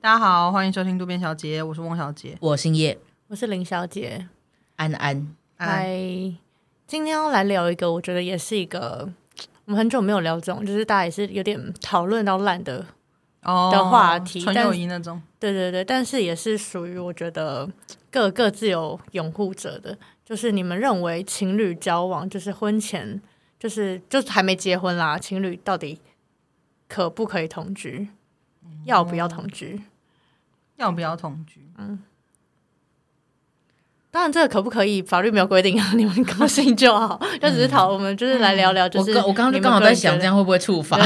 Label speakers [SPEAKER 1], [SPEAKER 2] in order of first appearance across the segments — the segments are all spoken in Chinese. [SPEAKER 1] 大家好，欢迎收听渡边小姐，我是翁小姐。
[SPEAKER 2] 我姓叶，
[SPEAKER 3] 我是林小姐，
[SPEAKER 2] 安安，
[SPEAKER 3] 嗨，今天要来聊一个，我觉得也是一个我们很久没有聊这种，就是大家也是有点讨论到烂的，
[SPEAKER 1] 哦
[SPEAKER 3] 的话题
[SPEAKER 1] 纯友谊那种，
[SPEAKER 3] 对对对，但是也是属于我觉得各各自有拥护者的，就是你们认为情侣交往就是婚前就是就是还没结婚啦，情侣到底可不可以同居？要不要同居？
[SPEAKER 1] 要不要同居？
[SPEAKER 3] 当然，这个可不可以？法律没有规定啊， 你们高兴就好。就只是讨，我们就是来聊聊，就
[SPEAKER 2] 我
[SPEAKER 3] 是
[SPEAKER 2] 嗯刚我刚刚就
[SPEAKER 3] 你们
[SPEAKER 2] 刚好
[SPEAKER 3] 个
[SPEAKER 2] 在
[SPEAKER 3] 人
[SPEAKER 2] 想，
[SPEAKER 3] 觉
[SPEAKER 2] 这
[SPEAKER 3] 得
[SPEAKER 2] 样会不会触法？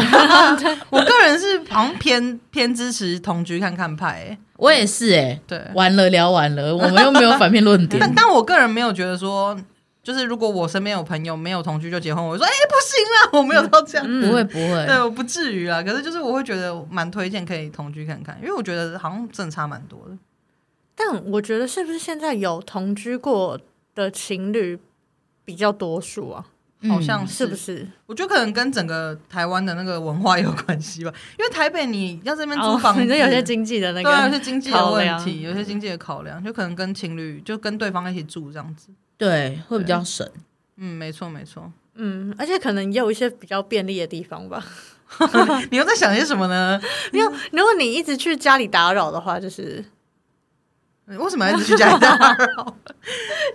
[SPEAKER 1] 我个人是好像偏偏支持同居看看派、欸，
[SPEAKER 2] 我也是哎，
[SPEAKER 1] 对。
[SPEAKER 2] 完了聊完了，我们又没有反面论 点
[SPEAKER 1] 但，但我个人没有觉得说，就是如果我身边有朋友没有同居就结婚，我就说哎、不行啦，我没有到这样。
[SPEAKER 3] 嗯
[SPEAKER 2] 不会不会
[SPEAKER 1] 对，，我不至于啊。可是就是我会觉得蛮推荐可以同居看看，因为我觉得好像真的差蛮多的。
[SPEAKER 3] 但我觉得是不是现在有同居过的情侣比较多数啊？
[SPEAKER 2] 嗯
[SPEAKER 1] 好像
[SPEAKER 3] 是不是？
[SPEAKER 1] 我觉得可能跟整个台湾的那个文化有关系吧，因为台北你要这边租房
[SPEAKER 3] 反
[SPEAKER 1] 子，
[SPEAKER 3] 正哦有些经济的那
[SPEAKER 1] 对啊，有
[SPEAKER 3] 个，
[SPEAKER 1] 些经济的
[SPEAKER 3] 考
[SPEAKER 1] 问
[SPEAKER 3] 量
[SPEAKER 1] 题，有些经济的考量，就可能跟情侣就跟对方一起住这样子。
[SPEAKER 2] 对，会比较省。
[SPEAKER 1] 嗯，没错没错。
[SPEAKER 3] 嗯，而且可能也有一些比较便利的地方吧。
[SPEAKER 1] 你又在想些什么呢？
[SPEAKER 3] 因为如果你一直去家里打扰的话，就是
[SPEAKER 1] 为什么要一直去家里打扰？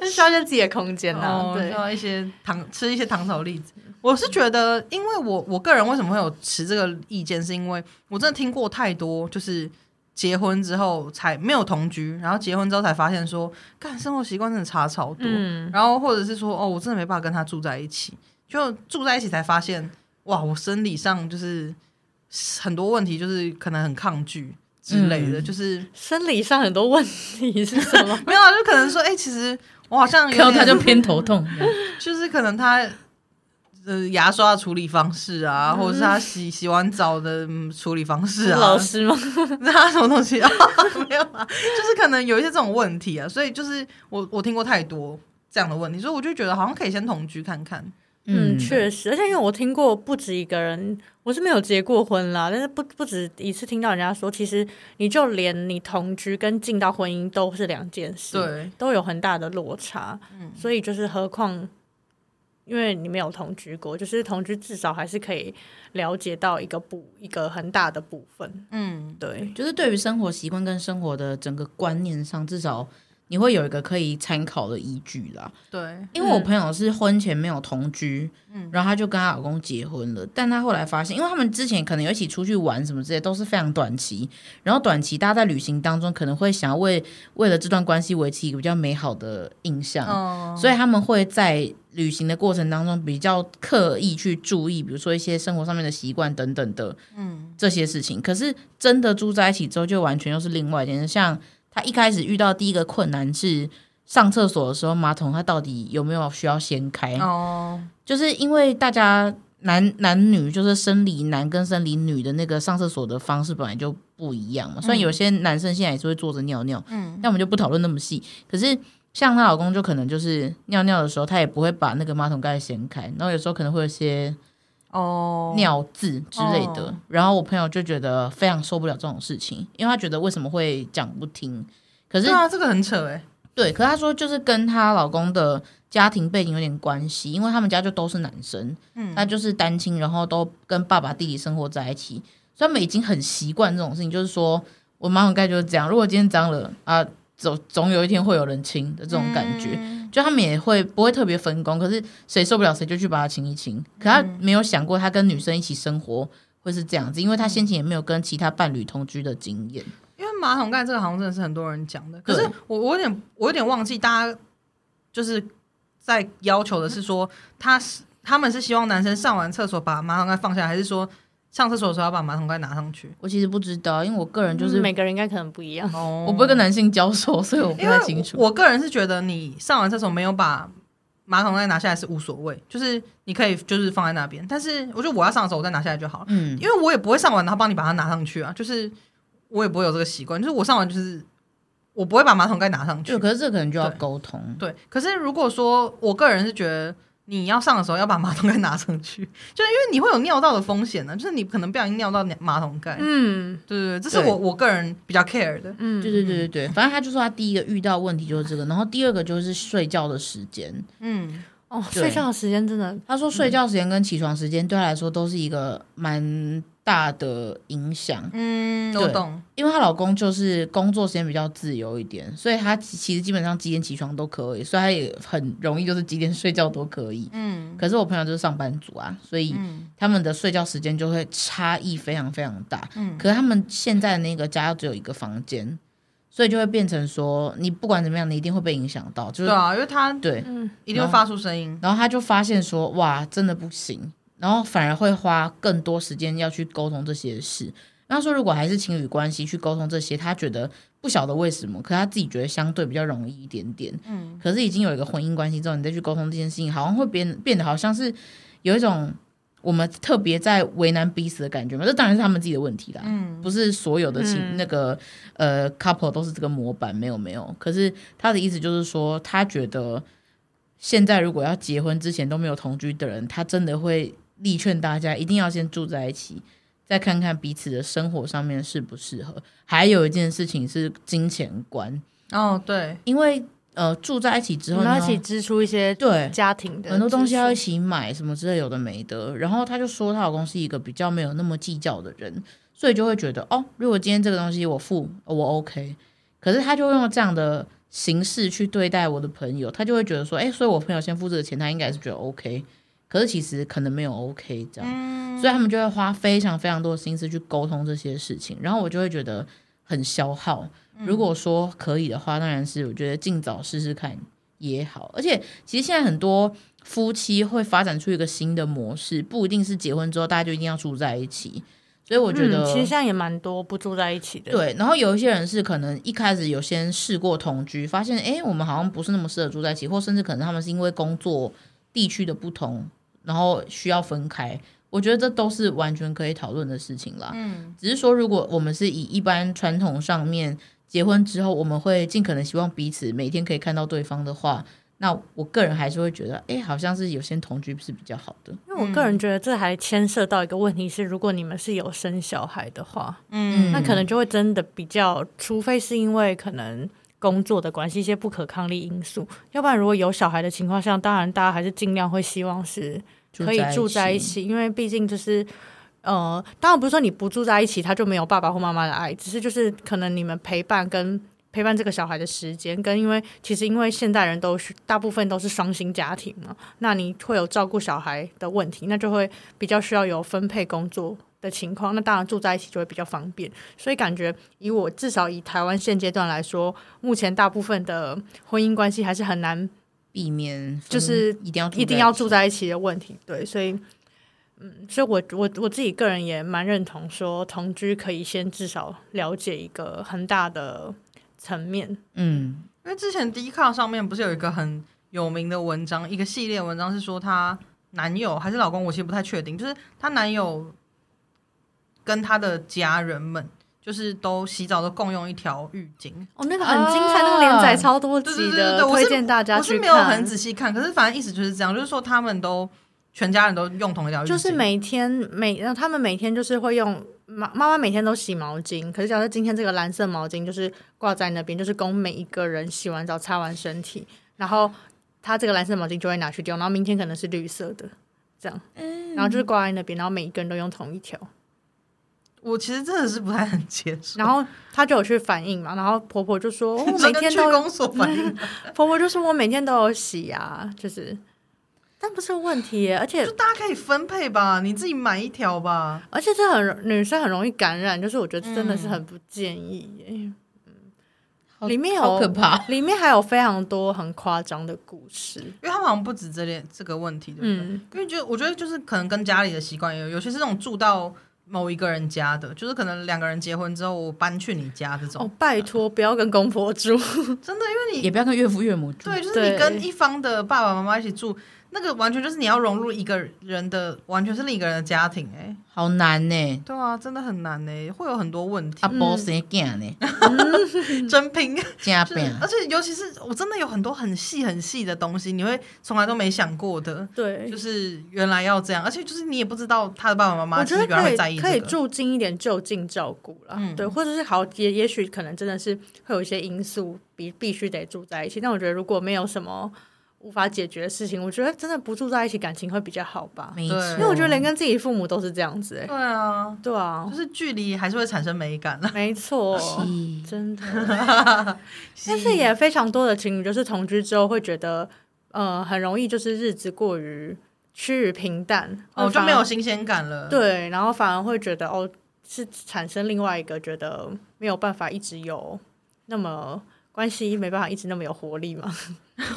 [SPEAKER 3] 就是 需要一些自己的空间啊。
[SPEAKER 1] 哦，
[SPEAKER 3] 对
[SPEAKER 1] 需，要一些糖吃一些糖炒栗子。我是觉得，因为我我个人为什么会有持这个意见，是因为我真的听过太多，就是结婚之后才没有同居，然后结婚之后才发现说，干生活习惯真的差超多。
[SPEAKER 3] 嗯，
[SPEAKER 1] 然后或者是说，哦，我真的没办法跟他住在一起，就住在一起才发现，哇，我生理上就是很多问题，就是可能很抗拒之类的，
[SPEAKER 2] 嗯
[SPEAKER 1] 就是？
[SPEAKER 3] 生理上很多问题是什 么
[SPEAKER 1] 没有啊，就可能说，哎、其实我好像有
[SPEAKER 2] 看到他
[SPEAKER 1] 点
[SPEAKER 2] 就偏头痛，
[SPEAKER 1] 就是可能他。呃，牙刷的处理方式啊，或者是他洗洗完澡的、嗯处理方式啊，
[SPEAKER 3] 老师吗？
[SPEAKER 1] 那他什么东西啊？ 没有啊，就是可能有一些这种问题啊，所以就是我我听过太多这样的问题，所以我就觉得好像可以先同居看看。
[SPEAKER 3] 嗯，确实，而且因为我听过不止一个人，我是没有结过婚啦，但是不不止一次听到人家说，其实你就连你同居跟进到婚姻都是两件事，，
[SPEAKER 1] 对，
[SPEAKER 3] 都有很大的落差，所以就是何况，因为你没有同居过，就是同居至少还是可以了解到一个部一个很大的部分，
[SPEAKER 1] 嗯，
[SPEAKER 3] 对，
[SPEAKER 2] 就是对于生活习惯跟生活的整个观念上，至少你会有一个可以参考的依据啦。
[SPEAKER 1] 对，
[SPEAKER 2] 因为我朋友是婚前没有同居，然后她就跟她老公结婚了，但她后来发现，因为他们之前可能有一起出去玩什么之类，都是非常短期，然后短期大家在旅行当中可能会想要为为了这段关系维持一个比较美好的印象，
[SPEAKER 1] 嗯，
[SPEAKER 2] 所以他们会在旅行的过程当中比较刻意去注意，比如说一些生活上面的习惯等等的，嗯，这些事情。可是真的住在一起之后，就完全又是另外一件事。像他一开始遇到第一个困难是上厕所的时候，马桶它到底有没有需要掀开？
[SPEAKER 1] 哦，
[SPEAKER 2] 就是因为大家男男女就是生理男跟生理女的那个上厕所的方式本来就不一样嘛。虽然有些男生现在也是会坐着尿尿，嗯，但我们就不讨论那么细。可是像她老公就可能就是尿尿的时候，他也不会把那个马桶盖掀开，然后有时候可能会有一些
[SPEAKER 1] 哦，
[SPEAKER 2] 尿渍之类的。
[SPEAKER 1] 哦
[SPEAKER 2] 然后我朋友就觉得非常受不了这种事情，因为他觉得为什么会讲不听。可是
[SPEAKER 1] 对啊，这个很扯哎、
[SPEAKER 2] 对，可是她说就是跟她老公的家庭背景有点关系，因为他们家就都是男生，嗯，他就是单亲，然后都跟爸爸弟弟生活在一起，所以他们已经很习惯这种事情，就是说我马桶盖就是这样，如果今天脏了啊，总总有一天会有人清的这种感觉。就他们也会不会特别分工，可是谁受不了谁就去把它清一清。可他没有想过，他跟女生一起生活会是这样子，因为他先前也没有跟其他伴侣同居的经验。
[SPEAKER 1] 因为马桶盖这个好像真的是很多人讲的，可
[SPEAKER 2] 对
[SPEAKER 1] 是我我有点我有点忘记大家就是在要求的是说，他是他们是希望男生上完厕所把马桶盖放下来，还是说上厕所的时候要把马桶盖拿上去？
[SPEAKER 2] 我其实不知道，因为我嗯个人就是
[SPEAKER 3] 每个人应该可能不一样，
[SPEAKER 1] 哦
[SPEAKER 2] 我不会跟男性交手，所以我不
[SPEAKER 1] 因
[SPEAKER 2] 太
[SPEAKER 1] 为
[SPEAKER 2] 清楚。
[SPEAKER 1] 我个人是觉得你上完厕所没有把马桶盖拿下来是无所谓，就是你可以就是放在那边，但是我觉得我要上的时候我再拿下来就好了。
[SPEAKER 2] 嗯，
[SPEAKER 1] 因为我也不会上完然后帮你把它拿上去啊，就是我也不会有这个习惯，就是我上完就是我不会把马桶盖拿上去
[SPEAKER 2] 嗯对，。可是这可能就要
[SPEAKER 1] 对
[SPEAKER 2] 沟通。
[SPEAKER 1] 对，可是如果说我个人是觉得你要上的时候要把马桶盖拿上去，就是因为你会有尿道的风险呢、就是你可能不小心尿到马桶盖。
[SPEAKER 3] 嗯
[SPEAKER 1] 对对对，这是我我个人比较 care 的。
[SPEAKER 3] 嗯，
[SPEAKER 2] 对对对对对，反正他就说他第一个遇到问题就是这个，然后第二个就是睡觉的时间。
[SPEAKER 1] 嗯，
[SPEAKER 3] 哦，
[SPEAKER 2] 对
[SPEAKER 3] 睡觉的时间真的
[SPEAKER 2] 他说睡觉时间跟起床时间对他来说都是一个蛮大的影响，
[SPEAKER 1] 嗯，我
[SPEAKER 2] 对
[SPEAKER 1] 懂。
[SPEAKER 2] 因为她老公就是工作时间比较自由一点，所以他其其实基本上几点起床都可以，所以他也很容易就是几点睡觉都可以。
[SPEAKER 1] 嗯
[SPEAKER 2] 可是我朋友就是上班族啊，所以
[SPEAKER 1] 嗯
[SPEAKER 2] 他们的睡觉时间就会差异非常非常大。
[SPEAKER 1] 嗯
[SPEAKER 2] 可是他们现在那个家只有一个房间，所以就会变成说，你不管怎么样，你一定会被影响到，就
[SPEAKER 1] 对
[SPEAKER 2] 是
[SPEAKER 1] 啊，因为他
[SPEAKER 2] 对。
[SPEAKER 3] 嗯
[SPEAKER 1] 一定会发出声音。
[SPEAKER 2] 然后他就发现说，哇，真的不行，然后反而会花更多时间要去沟通这些事。然后他说，如果还是情侣关系去沟通这些，他觉得不晓得为什么，可他自己觉得相对比较容易一点点。
[SPEAKER 1] 嗯，
[SPEAKER 2] 可是已经有一个婚姻关系之后，你再去沟通这件事情，好像会变变得好像是有一种我们特别在为难彼此的感觉嘛。这当然是他们自己的问题啦，嗯，不是所有的情、
[SPEAKER 3] 嗯
[SPEAKER 2] 那个呃 couple 都是这个模板，没有没有。可是他的意思就是说，他觉得现在如果要结婚之前都没有同居的人，他真的会力劝大家一定要先住在一起。再看看彼此的生活上面适不适合，还有一件事情是金钱观，
[SPEAKER 1] 哦，对，
[SPEAKER 2] 因为呃住在一起之
[SPEAKER 3] 我
[SPEAKER 2] 后
[SPEAKER 3] 们
[SPEAKER 2] 呢，
[SPEAKER 3] 要一起支出一些
[SPEAKER 2] 对
[SPEAKER 3] 家庭的
[SPEAKER 2] 很多东西要一
[SPEAKER 3] 起，
[SPEAKER 2] 起买，什么之类有的没的。然后她就说她老公是一个比较没有那么计较的人，所以就会觉得哦，如果今天这个东西我付我 OK，可是她就用这样的形式去对待我的朋友，她就会觉得说，哎，所以我朋友先付这个钱，他应该是觉得 OK，可是其实可能没有 OK 这样。
[SPEAKER 1] 嗯，
[SPEAKER 2] 所以他们就会花非常非常多的心思去沟通这些事情，然后我就会觉得很消耗。
[SPEAKER 3] 嗯
[SPEAKER 2] 如果说可以的话，当然是我觉得尽早试试看也好。而且其实现在很多夫妻会发展出一个新的模式，不一定是结婚之后大家就一定要住在一起。所以我觉得、
[SPEAKER 3] 嗯其实现在也蛮多不住在一起的，，
[SPEAKER 2] 对，然后有一些人是可能一开始有先试过同居，发现诶我们好像不是那么适合住在一起，或甚至可能他们是因为工作地区的不同，然后需要分开。我觉得这都是完全可以讨论的事情啦。
[SPEAKER 1] 嗯
[SPEAKER 2] 只是说，如果我们是以一般传统上面结婚之后，我们会尽可能希望彼此每天可以看到对方的话，那我个人还是会觉得，诶，好像是有些同居是比较好的。
[SPEAKER 3] 因为我个人觉得这还牵涉到一个问题是，如果你们是有生小孩的话，
[SPEAKER 1] 嗯
[SPEAKER 3] 那可能就会真的比较，除非是因为可能工作的关系，一些不可抗力因素，要不然如果有小孩的情况下，当然大家还是尽量会希望是可以住在一，起，因为毕竟就是。呃，当然不是说你不住在一起，他就没有爸爸或妈妈的爱，只是就是可能你们陪伴跟陪伴这个小孩的时间，跟因为其实因为现代人都是大部分都是双薪家庭嘛，那你会有照顾小孩的问题，那就会比较需要有分配工作的情况，那当然住在一起就会比较方便。所以感觉以我至少以台湾现阶段来说，目前大部分的婚姻关系还是很难
[SPEAKER 2] 避免分
[SPEAKER 3] 就是
[SPEAKER 2] 一定要
[SPEAKER 3] 一定要
[SPEAKER 2] 住
[SPEAKER 3] 住在一起的问题。对，所以，嗯，所以我我我自己个人也蛮认同说，同居可以先至少了解一个很大的层面。
[SPEAKER 2] 一起，嗯，
[SPEAKER 1] 因为之前 d 卡上面不是有一个很有名的文章，一个系列文章是说她男友还是老公，我其实不太确定，就是她男友跟她的家人们，就是都洗澡都共用一条浴巾。
[SPEAKER 3] 哦，那
[SPEAKER 2] 个很精彩那个连
[SPEAKER 1] 啊
[SPEAKER 2] 载
[SPEAKER 3] 超多
[SPEAKER 1] 集的推荐
[SPEAKER 3] 大
[SPEAKER 1] 我是没有很仔细看，可是反正意思就是这样，就是说他们都全家人都用同一条浴巾，
[SPEAKER 3] 就是每天每呃他们每天就是会用妈妈妈每天都洗毛巾，可是假设今天这个蓝色毛巾就是挂在那边，就是供每一个人洗完澡擦完身体，然后他这个蓝色毛巾就会拿去丢，然后明天可能是绿色的，这样，然后就是挂在那边，然后每一个人都用同一条，
[SPEAKER 1] 我其实真的是不太能接受。
[SPEAKER 3] 然后他就有去反应嘛，然后婆婆 就说，哦、我
[SPEAKER 1] 你说
[SPEAKER 3] 每
[SPEAKER 1] 跟
[SPEAKER 3] 天
[SPEAKER 1] 去
[SPEAKER 3] 都
[SPEAKER 1] 公所反 映，
[SPEAKER 3] 婆婆就说我每天都有洗啊，就是，但不是问题耶，而且
[SPEAKER 1] 就大家可以分配吧，你自己买一条吧。
[SPEAKER 3] 而且这很容女生很容易感染，就是我觉得真的是很不建议耶。嗯
[SPEAKER 2] 好
[SPEAKER 3] 里面
[SPEAKER 2] 好可
[SPEAKER 3] 有
[SPEAKER 2] 怕。
[SPEAKER 3] 里面还有非常多很夸张的故事，
[SPEAKER 1] 因为他们好像不止这类这个问题，对不对？
[SPEAKER 3] 嗯，
[SPEAKER 1] 因为就我觉得就是可能跟家里的习惯也有，有些是那种住到某一个人家的，就是可能两个人结婚之后我搬去你家这种，
[SPEAKER 3] 哦，拜托不要跟公婆住，
[SPEAKER 1] 真的，因为
[SPEAKER 2] 也
[SPEAKER 1] 你
[SPEAKER 2] 不要跟岳父岳母住。
[SPEAKER 1] 对，就是你
[SPEAKER 3] 哦对
[SPEAKER 1] 跟一方的爸爸妈妈一起住，那个完全就是你要融入一个人的，完全是另一个人的家庭、欸，哎，
[SPEAKER 2] 好难呢、
[SPEAKER 1] 对啊，真的很难呢，会有很多问题
[SPEAKER 2] 啊，，波谁干呢？
[SPEAKER 3] 嗯
[SPEAKER 1] 真拼。
[SPEAKER 2] 加
[SPEAKER 1] 就是
[SPEAKER 2] 班
[SPEAKER 1] 而且尤其是我真的有很多很细很细的东西，你会从来都没想过的，
[SPEAKER 3] 对
[SPEAKER 1] 就，是原来要这样，而且就是你也不知道他的爸爸妈妈
[SPEAKER 3] 我
[SPEAKER 1] 其
[SPEAKER 3] 觉
[SPEAKER 1] 实
[SPEAKER 3] 得
[SPEAKER 1] 原来
[SPEAKER 3] 可
[SPEAKER 1] 会在意
[SPEAKER 3] 以可以
[SPEAKER 1] 这个。
[SPEAKER 3] 住近一点，就近照顾啦。
[SPEAKER 1] 嗯
[SPEAKER 3] 对，或者是好也也许可能真的是会有一些因素必必须得住在一起，但我觉得如果没有什么无法解决的事情，我觉得真的不住在一起感情会比较好吧。
[SPEAKER 2] 没错，
[SPEAKER 1] 对
[SPEAKER 3] 因为我觉得连跟自己父母都是这样子、欸，
[SPEAKER 1] 对啊，
[SPEAKER 3] 对啊
[SPEAKER 1] 就，是距离还是会产生美感啊啦。
[SPEAKER 3] 没错，
[SPEAKER 2] 是
[SPEAKER 3] 真的。但是也非常多的情侣就是同居之后会觉得，呃，很容易就是日子过于趋于平淡，
[SPEAKER 1] 哦，就
[SPEAKER 3] 反而
[SPEAKER 1] 没有新鲜感了。
[SPEAKER 3] 对，然后反而会觉得哦，是产生另外一个觉得没有办法一直有那么关系没办法一直那么有活力嘛。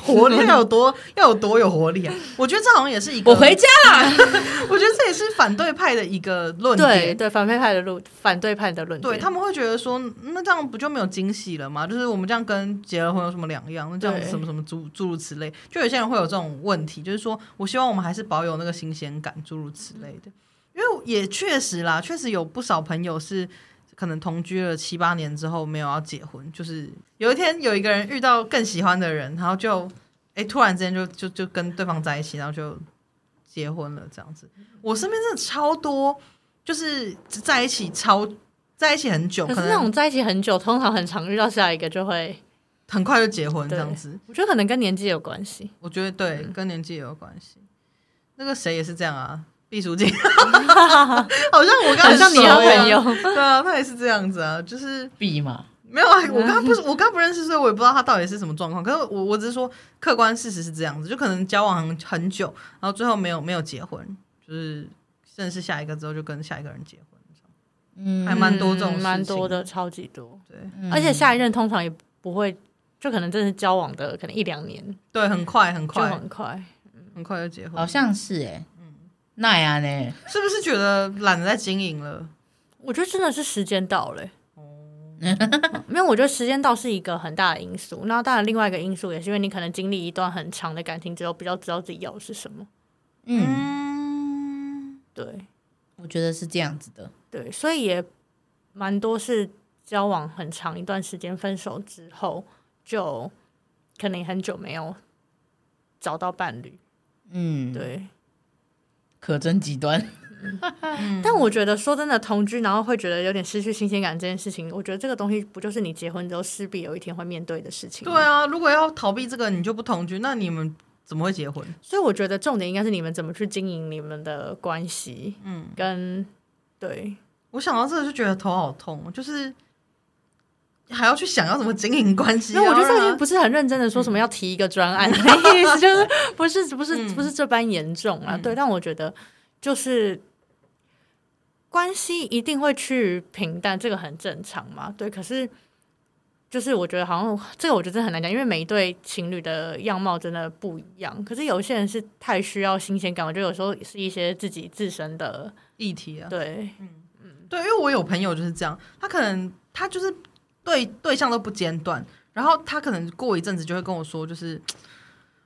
[SPEAKER 1] 活 力要有多要有多有活力啊！我觉得这好像也是一个，
[SPEAKER 2] 我回家
[SPEAKER 1] 我觉得这也是反对派的一个论
[SPEAKER 3] 对
[SPEAKER 1] 点。
[SPEAKER 3] 对，反对派的路，反对派的论点，
[SPEAKER 1] 对他们会觉得说，嗯那这样不就没有惊喜了吗？就是我们这样跟结了婚有什么两样？那这样
[SPEAKER 3] 对
[SPEAKER 1] 什么什么诸诸如此类，就有些人会有这种问题，就是说我希望我们还是保有那个新鲜感，诸如此类的。因为也确实啦，确实有不少朋友是可能同居了七八年之后没有要结婚，就是有一天有一个人遇到更喜欢的人，然后就哎、突然之间就就就跟对方在一起，然后就结婚了这样子。我身边真的超多，就是在一起超在一起很久，
[SPEAKER 3] 可
[SPEAKER 1] 可
[SPEAKER 3] 是那
[SPEAKER 1] 能
[SPEAKER 3] 种在一起很久，通常很常遇到下一个就会，
[SPEAKER 1] 很快就结婚这样子。
[SPEAKER 3] 我觉得可能跟年纪有关系。
[SPEAKER 1] 我觉得对，跟年纪也有关系。那个谁也是这样啊，毕书尽，好像我跟他
[SPEAKER 3] 好像你
[SPEAKER 1] 很
[SPEAKER 3] 有
[SPEAKER 1] 熟一样
[SPEAKER 3] 朋友，
[SPEAKER 1] 对啊，他也是这样子啊，就是
[SPEAKER 2] 比嘛，
[SPEAKER 1] 没有啊，我刚不是我刚不认识，所以我也不知道他到底是什么状况。可是我我只是说，客观事实是这样子，就可能交往很很久，然后最后没有没有结婚，就是认识下一个之后就跟下一个人结婚，
[SPEAKER 2] 嗯
[SPEAKER 1] 还蛮多这种
[SPEAKER 3] 嗯蛮多
[SPEAKER 1] 事情
[SPEAKER 3] 的，超级多。
[SPEAKER 1] 对
[SPEAKER 3] 而且下一任通常也不会，就可能真的是交往的可能一两年
[SPEAKER 1] 对，很快很
[SPEAKER 3] 就
[SPEAKER 1] 快
[SPEAKER 3] 很快。
[SPEAKER 1] 很快就结婚，
[SPEAKER 2] 好像是哎、那样呢？
[SPEAKER 1] 是不是觉得懒得再经营了？
[SPEAKER 3] 我觉得真的是时间到了欸、
[SPEAKER 1] 哦
[SPEAKER 3] 因为我觉得时间到是一个很大的因素。那当然，另外一个因素也是因为你可能经历一段很长的感情之后，比较知道自己要的是什么。
[SPEAKER 2] 嗯，
[SPEAKER 1] 嗯，
[SPEAKER 3] 对
[SPEAKER 2] 我觉得是这样子的，
[SPEAKER 3] 对，所以也蛮多是交往很长一段时间，分手之后就可能也很久没有找到伴侣。
[SPEAKER 2] 嗯，，
[SPEAKER 3] 对，
[SPEAKER 2] 可真极端，
[SPEAKER 1] 嗯
[SPEAKER 3] 但我觉得说真的，同居然后会觉得有点失去新鲜感这件事情，我觉得这个东西不就是你结婚之后势必有一天会面对的事情吗？
[SPEAKER 1] 对啊，如果要逃避这个，你就不同居，那你们怎么会结婚？
[SPEAKER 3] 所以我觉得重点应该是你们怎么去经营你们的关系，嗯，跟对，
[SPEAKER 1] 我想到这个就觉得头好痛，就是还要去想要怎么经营关系，
[SPEAKER 3] 因为我觉得这
[SPEAKER 1] 然后嗯
[SPEAKER 3] 个就
[SPEAKER 1] 让它
[SPEAKER 3] 不是很认真的说什么要提一个专案的意思， 就是不是不
[SPEAKER 1] 嗯
[SPEAKER 3] 是不是这般严重啦，对，但我觉得就是关系一定会趋于平淡，这个很正常嘛，对，可是。就是我觉得好像这个，我觉得真的很难讲，因为每一对情侣的样貌真的不一样。可是有些人是太需要新鲜感，我觉得有时候是一些自己自身的
[SPEAKER 1] 议题啊。
[SPEAKER 3] 对
[SPEAKER 1] 对，因为我有朋友就是这样，他可能他就是对对象都不间断，然后他可能过一阵子就会跟我说，就是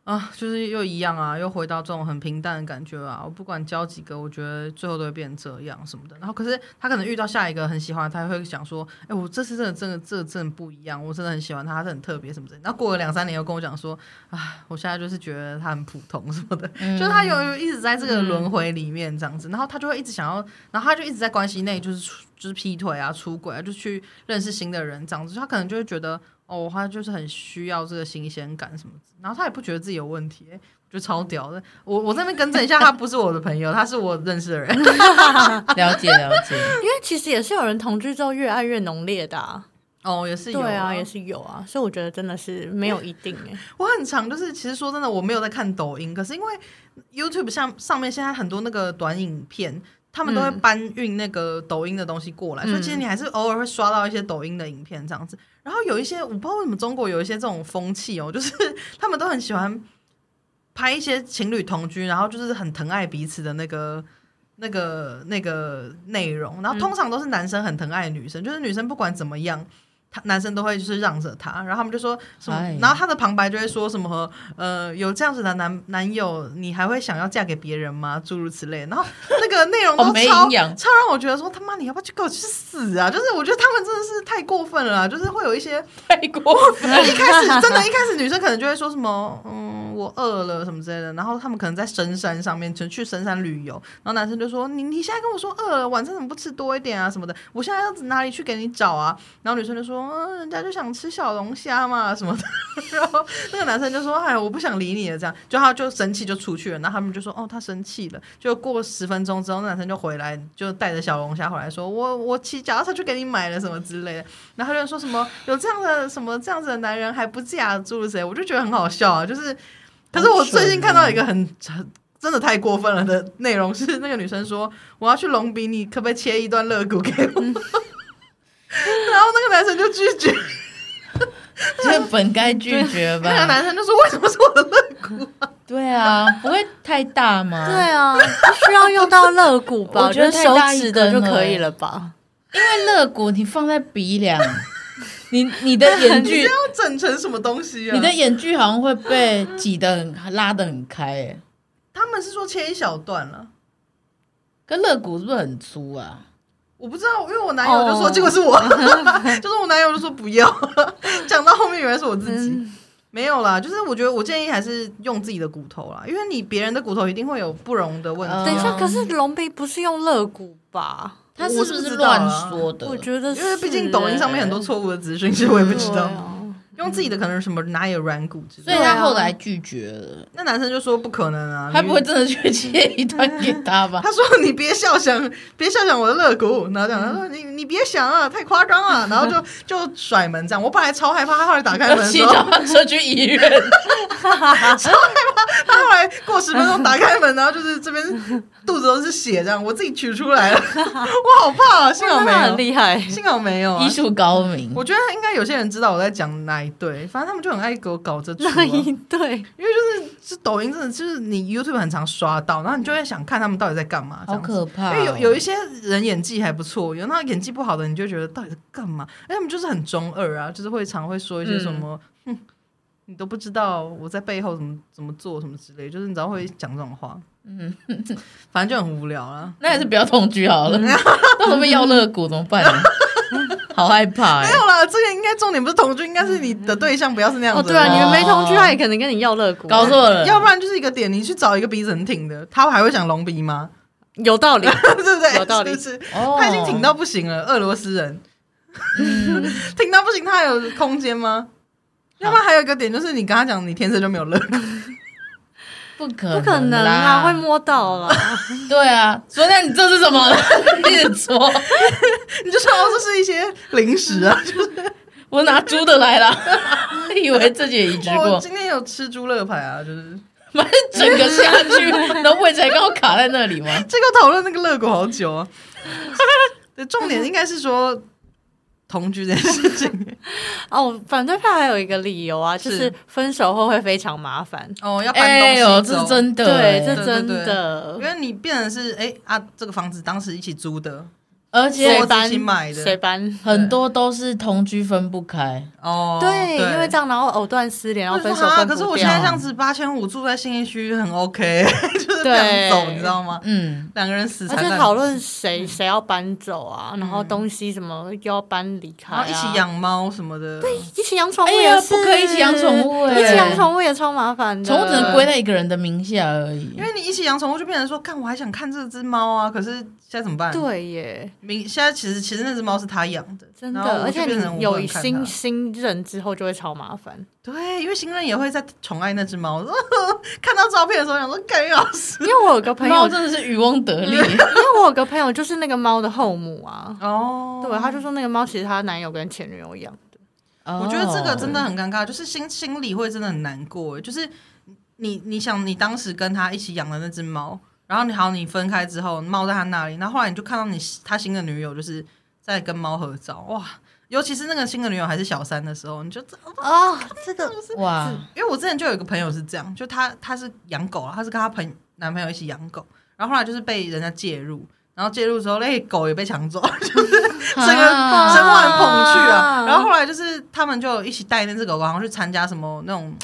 [SPEAKER 1] 啊，就是又一样啊，又回到这种很平淡的感觉啊。我不管交几个，我觉得最后都会变成这样什么的。然后可是他可能遇到下一个很喜欢的，他会想说，哎、我这次真的真的这个真的不一样，我真的很喜欢他，他是很特别什么的。然后过了两三年又跟我讲说，啊，我现在就是觉得他很普通什么的，就是他有一直在这个轮回里面这样子，然后他就会一直想要，然后他就一直在关系内就是出就是劈腿啊、出轨啊，就去认识新的人这样子，他可能就会觉得哦，他就是很需要这个新鲜感什么的，然后他也不觉得自己有问题、欸就超屌的。我我这边更正一下，他不是我的朋友，他是我认识的人。
[SPEAKER 2] 了解了解，
[SPEAKER 3] 因为其实也是有人同居之后越爱越浓烈的、啊，
[SPEAKER 1] 哦，也是有、
[SPEAKER 3] 对啊，也。是有啊，所以我觉得真的是没有一定哎、
[SPEAKER 1] 我很常就是，其实说真的，我没有在看抖音，可是因为 YouTube 上上面现在很多那个短影片，他们都会
[SPEAKER 3] 嗯
[SPEAKER 1] 搬运那个抖音的东西过来，所以其实你还是偶尔会刷到一些抖音的影片这样子。然后有一些我不知道为什么中国有一些这种风气哦，就是 他们都很喜欢拍一些情侣同居，然后就是很疼爱彼此的那个。那个那个内容，然后通常都是男生很疼爱女生，就是女生不管怎么样，他男生都会就是让着她，然后他们就说什么
[SPEAKER 2] 哎，
[SPEAKER 1] 然后她的旁白就会说什么呃，有这样子的男男友，你还会想要嫁给别人吗？诸如此类，然后 那个内容
[SPEAKER 2] 好
[SPEAKER 1] 都
[SPEAKER 2] 哦没
[SPEAKER 1] 超
[SPEAKER 2] 营养
[SPEAKER 1] 超让我觉得说他妈你要不要去给我去死啊！就是我觉得他们真的是太过分了啊，就是会有一些
[SPEAKER 2] 太过分了。
[SPEAKER 1] 一开始真的，一开始女生可能就会说什么，嗯，我饿了什么之类的，然后他们可能在深山上面，就去深山旅游，然后男生就说，你你现在跟我说饿了，晚餐怎么不吃多一点啊什么的，我现在要哪里去给你找啊？然后女生就说，嗯，人家就想吃小龙虾嘛什么的，然后那个男生就说，哎，我不想理你了，这样，就他就生气就出去了，然后他们就说，哦，他生气了，就过十分钟之后，那男生就回来，就带着小龙虾回来说，我我骑脚踏车去给你买了什么之类的，然后他就说什么有这样的什么这样子的男人还不嫁，诸如此类，我就觉得很好笑啊。就是，可是我最近看到一个很很真的太过分了的内容，是那个女生说我要去隆鼻，你可不可以切一段肋骨给我？ 然后那个男生就拒绝，
[SPEAKER 2] 这本该拒绝
[SPEAKER 1] 那个
[SPEAKER 2] 吧？
[SPEAKER 1] 男生就说为什么是我的肋骨？
[SPEAKER 2] 对啊，不会太大吗？
[SPEAKER 3] 对，啊，不需要用到肋骨吧？
[SPEAKER 2] 我觉得
[SPEAKER 3] 我
[SPEAKER 2] 太
[SPEAKER 3] 手
[SPEAKER 2] 大一
[SPEAKER 3] 指的就
[SPEAKER 2] 根了
[SPEAKER 3] 可
[SPEAKER 2] 欸
[SPEAKER 3] 以了吧？
[SPEAKER 2] 因为肋骨你放在鼻梁，你你的眼距，
[SPEAKER 1] 要整成什么东西啊？
[SPEAKER 2] 你的眼距好像会被挤得很拉得很开、欸，
[SPEAKER 1] 他们是说切一小段啊了。
[SPEAKER 2] 跟肋骨是不是很粗啊？
[SPEAKER 1] 我不知道，因为我男友就说
[SPEAKER 3] 哦
[SPEAKER 1] 结果是 我， 就是我男友就说不要， 讲到后面原来是我自己。
[SPEAKER 2] 嗯
[SPEAKER 1] 没有啦，就是我觉得我建议还是用自己的骨头啦，因为你别人的骨头一定会有不容的问题。啊
[SPEAKER 2] 嗯
[SPEAKER 3] 等一下，可是隆鼻不是用肋骨吧？
[SPEAKER 2] 他是
[SPEAKER 1] 我是
[SPEAKER 2] 不
[SPEAKER 1] 不
[SPEAKER 2] 是
[SPEAKER 1] 知道啊
[SPEAKER 2] 乱说的？
[SPEAKER 3] 我觉得是
[SPEAKER 1] 因
[SPEAKER 3] 欸，
[SPEAKER 1] 为毕竟抖音上面很多错误的资讯，其实我也不知道
[SPEAKER 3] 对。啊
[SPEAKER 1] 用自己的可能什么哪有软骨之类
[SPEAKER 2] 所以
[SPEAKER 1] 的。
[SPEAKER 3] 对
[SPEAKER 2] 他
[SPEAKER 3] 啊
[SPEAKER 2] 后来拒绝了，
[SPEAKER 1] 那男生就说不可能啊，
[SPEAKER 2] 他不会
[SPEAKER 1] 你
[SPEAKER 2] 真的去切一段给他吧？
[SPEAKER 1] 他说你别笑想，别笑想我的肋骨，然后这样，他说你你别想啊，太夸张了，然后 就就甩门这样。我本来超害怕，他后来打开门
[SPEAKER 2] 骑
[SPEAKER 1] 说。
[SPEAKER 2] 脚踏车去医院，
[SPEAKER 1] 啊 他后来过十分钟打开门，然后就是这边肚子都是血，这样我自己取出 来了，我好怕、啊，幸好
[SPEAKER 3] 哇
[SPEAKER 1] 没
[SPEAKER 3] 那很
[SPEAKER 1] 有，
[SPEAKER 3] 厉害，
[SPEAKER 1] 幸好没有、啊
[SPEAKER 2] 医。术高明。
[SPEAKER 1] 我觉得应该有些人知道我在讲哪一对，反正他们就很爱给我搞这出、啊
[SPEAKER 3] 那。一对
[SPEAKER 1] 因为就是这抖音真的就是你 YouTube 很常刷到，然后你就会想看他们到底在干嘛，这
[SPEAKER 2] 好
[SPEAKER 1] 样子。
[SPEAKER 2] 可怕、哦！
[SPEAKER 1] 因
[SPEAKER 3] 啊
[SPEAKER 1] 为有有一些人演技还不错，有那演技不好的，你就觉得到底在干嘛？哎，他们就是很中二啊，就是会常会说一些
[SPEAKER 3] 嗯
[SPEAKER 1] 什么，哼、你都不知道我在背后怎么怎么做什么之类，就是你知道会讲这种话，嗯， 反正就很无聊啊啦。
[SPEAKER 2] 那还是不要同 居好了，那会不会要肋骨怎么办、啊？好害怕、
[SPEAKER 1] 没
[SPEAKER 2] 欸！
[SPEAKER 1] 有啦，这个应该重点不是同居，应该是你的对象不要是那样
[SPEAKER 3] 哦，
[SPEAKER 1] 子的
[SPEAKER 3] 对
[SPEAKER 1] 人。
[SPEAKER 3] 啊，你们没同居，
[SPEAKER 2] 哦
[SPEAKER 3] 他也可能跟你要肋骨，啊
[SPEAKER 2] 搞错了，
[SPEAKER 1] 要不然就是一个点，你去找一个鼻子很挺的，他还会讲隆鼻吗？
[SPEAKER 3] 有道理。
[SPEAKER 1] 对不对？
[SPEAKER 3] 有道理
[SPEAKER 1] 是不是
[SPEAKER 2] 哦
[SPEAKER 1] 他已经挺到不行了，俄罗斯人。
[SPEAKER 2] 嗯
[SPEAKER 1] 挺到不行，他还有空间吗？要不然还有一个点就是，你跟他讲你天生就没有乐观，
[SPEAKER 2] 不可
[SPEAKER 3] 不可能
[SPEAKER 2] 啦，
[SPEAKER 3] 啦，会摸到啦。
[SPEAKER 2] 对啊，所以那你这是什么？ 一直说，
[SPEAKER 1] 你就说哦，这是一些零食啊。
[SPEAKER 2] 我拿猪的来啦， 以为自己也移植
[SPEAKER 1] 我
[SPEAKER 2] 过，
[SPEAKER 1] 今天有吃猪肋排啊，就是
[SPEAKER 2] 反正整个下去，然后胃才刚好卡在 那里嘛。
[SPEAKER 1] 这个讨论那个肋骨好久啊。 对，重点应该是说同居这件事情
[SPEAKER 3] 哦，反对派还有一个理由啊，就是是分手后会非常麻烦。
[SPEAKER 1] 哦，要
[SPEAKER 2] 哎呦，这
[SPEAKER 1] 走
[SPEAKER 2] 是真的欸、
[SPEAKER 3] 对，这真
[SPEAKER 1] 对对因
[SPEAKER 3] 的，
[SPEAKER 1] 为你变成是哎、啊，这个房子当时一起租的
[SPEAKER 2] 而
[SPEAKER 1] 我
[SPEAKER 2] 且
[SPEAKER 1] 自己买的
[SPEAKER 3] 谁搬？
[SPEAKER 2] 很多都是同居分不开，
[SPEAKER 1] 哦，
[SPEAKER 3] 对，因为这样，然后藕断丝连，然
[SPEAKER 1] 我
[SPEAKER 3] 后
[SPEAKER 1] 就
[SPEAKER 3] 分
[SPEAKER 1] 说
[SPEAKER 3] 手
[SPEAKER 1] 啊，
[SPEAKER 3] 分不
[SPEAKER 1] 可
[SPEAKER 3] 掉。
[SPEAKER 1] 是我现在这样子八千五住在信义区很 OK，就是 这样
[SPEAKER 3] 对
[SPEAKER 1] 走，你知道吗？
[SPEAKER 2] 嗯，
[SPEAKER 1] 两个人死缠
[SPEAKER 3] 而
[SPEAKER 1] 烂打
[SPEAKER 3] 且讨论
[SPEAKER 1] 嗯
[SPEAKER 3] 谁谁要搬走啊，然后东西什么又要搬离开、
[SPEAKER 1] 然
[SPEAKER 3] 啊，
[SPEAKER 1] 后一起，养猫什么的。对，
[SPEAKER 3] 一起养宠物
[SPEAKER 2] 哎呀
[SPEAKER 3] 也是、
[SPEAKER 2] 不可以一起养宠物哎
[SPEAKER 3] 一起养宠物也超麻烦的，
[SPEAKER 2] 宠物只能归在一个人的名下而已
[SPEAKER 1] 因。为你一起养宠物，就变成说，看我还想看这只猫啊，可是现在怎么办？，
[SPEAKER 3] 对耶，
[SPEAKER 1] 明现在其实其实那只猫是他养的，
[SPEAKER 3] 真
[SPEAKER 1] 然后
[SPEAKER 3] 的，
[SPEAKER 1] 我
[SPEAKER 3] 而
[SPEAKER 1] 就
[SPEAKER 3] 且
[SPEAKER 1] 变成
[SPEAKER 3] 你
[SPEAKER 1] 我不
[SPEAKER 3] 有
[SPEAKER 1] 能看
[SPEAKER 3] 新
[SPEAKER 1] 它
[SPEAKER 3] 新人之后就会超麻 烦，
[SPEAKER 1] 对，因为新人也会在宠爱那只猫。 看到照片的时候，想说，盖老师
[SPEAKER 3] 因为我有个朋友，
[SPEAKER 2] 猫
[SPEAKER 3] 因
[SPEAKER 2] 真的是渔翁得利，
[SPEAKER 1] 嗯
[SPEAKER 3] 为我有个朋友就是那个猫的后母啊，
[SPEAKER 1] 哦
[SPEAKER 3] 对，他就说那个猫其实她男友跟前女友养，
[SPEAKER 2] 我
[SPEAKER 1] 我觉得这
[SPEAKER 2] 哦
[SPEAKER 1] 个真的很尴尬，就是心心里会真的很难过。就是你你想，你当时跟他一起养的那只猫，然后你好，你分开之后，猫在他那里，然后后来你就看到你他新的女友就是在跟猫合照，哇！尤其是那个新的女友还是小三的时候，你就这
[SPEAKER 3] 哦，这个
[SPEAKER 2] 哇，
[SPEAKER 1] 因为我之前就有一个朋友是这样，就她她是养狗啊，她是跟她朋男朋友一起养狗，然后后来就是被人家介入，然然后介入之后，那狗也被抢走，整个
[SPEAKER 2] 啊
[SPEAKER 1] 生活很捧去啊。
[SPEAKER 3] 啊
[SPEAKER 1] 然后后来就是他们就一起带那只狗狗，好像去参加什么那种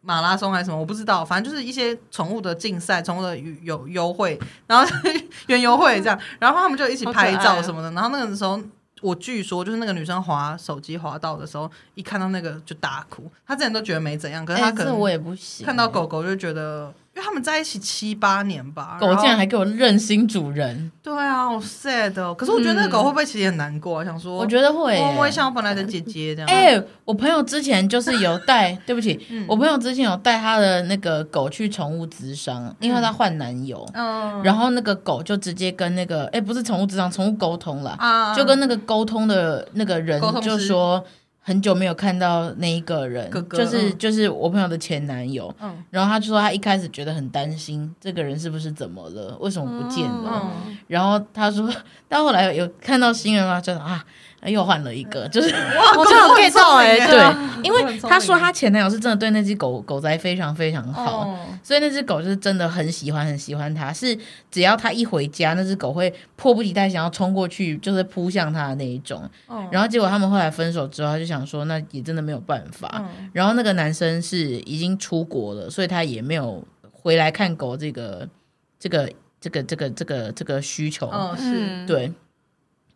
[SPEAKER 1] 马拉松还是什么，我不知道，反正就是一些宠物的竞赛、宠物的游游会，然后园游会这样，然后他们就一起拍
[SPEAKER 3] 好可爱
[SPEAKER 1] 照
[SPEAKER 3] 哦
[SPEAKER 1] 什么的。然后那个时候。我据说就是那个女生滑手机滑到的时候，一看到那个就大哭。她之前都觉得没怎样，可是她
[SPEAKER 2] 哎，
[SPEAKER 1] 可
[SPEAKER 2] 这
[SPEAKER 1] 能
[SPEAKER 2] 我也不行。
[SPEAKER 1] 看到狗狗就觉得，因为他们在一起七八年吧，
[SPEAKER 2] 狗
[SPEAKER 3] 哦
[SPEAKER 2] 竟然
[SPEAKER 1] 后
[SPEAKER 2] 还给我认新主人，
[SPEAKER 1] 对啊，好 sad 哦。可是我觉得那个狗
[SPEAKER 3] 嗯
[SPEAKER 1] 会不会其实也很难过、啊？想说，
[SPEAKER 2] 我觉得会、
[SPEAKER 1] 我
[SPEAKER 2] 欸。
[SPEAKER 1] 我也想我本来的姐姐这样，嗯
[SPEAKER 2] 哎、我朋友之前就是有带，对不 起，我朋友之前有带他的那个狗去宠物咨商，因为他换男友，
[SPEAKER 1] 嗯
[SPEAKER 2] 然后那个狗就直接跟那个，哎、不是宠物咨商，宠物沟通啦，
[SPEAKER 1] 啊，
[SPEAKER 2] 就跟那个沟通的那个人
[SPEAKER 1] 沟通师
[SPEAKER 2] 就说。很久没有看到那一个人，
[SPEAKER 1] 哥哥
[SPEAKER 2] 就是
[SPEAKER 1] 嗯
[SPEAKER 2] 就是我朋友的前男友，
[SPEAKER 1] 嗯
[SPEAKER 2] 然后他就说他一开始觉得很担心，这个人是不是怎么了，为什么不见了？
[SPEAKER 1] 嗯，
[SPEAKER 2] 然后他说，到后来有看到新人嘛，就啊，又换了一个，就是
[SPEAKER 3] 我就有 get 到哎、
[SPEAKER 1] 对
[SPEAKER 3] 欸，
[SPEAKER 2] 对
[SPEAKER 3] 对，，
[SPEAKER 2] 因为他说他前男友是真的对那只狗狗仔非常非常好，
[SPEAKER 1] 哦，
[SPEAKER 2] 所以那只狗就是真的很喜欢很喜欢他，是只要他一回家，那只狗会迫不及待想要冲过去，就是扑向他的那一种。
[SPEAKER 1] 哦
[SPEAKER 2] 然后结果他们后来分手之后，他就想说，那也真的没有办法。
[SPEAKER 1] 嗯
[SPEAKER 2] 然后那个男生是已经出国了，所以他也没有回来看狗这个这个这个这个这个这个需求。
[SPEAKER 1] 哦是，
[SPEAKER 3] 嗯，
[SPEAKER 2] 对，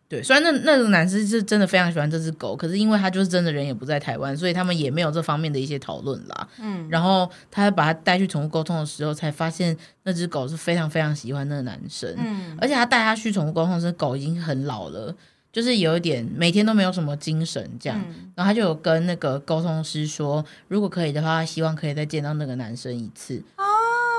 [SPEAKER 2] 对，虽然那那个男生是真的非常喜欢这只狗，可是因为他就是真的人也不在台湾，所以他们也没有这方面的一些讨论啦。
[SPEAKER 1] 嗯，
[SPEAKER 2] 然后他把他带去宠物沟通的时候，才发现那只狗是非常非常喜欢那个男生，
[SPEAKER 1] 嗯
[SPEAKER 2] 而且他带他去宠物沟通的时候，狗已经很老了，就是有一点每天都没有什么精神这样。
[SPEAKER 1] 嗯
[SPEAKER 2] 然后他就有跟那个沟通师说，如果可以的话，希望可以再见到那个男生一次。
[SPEAKER 1] 哦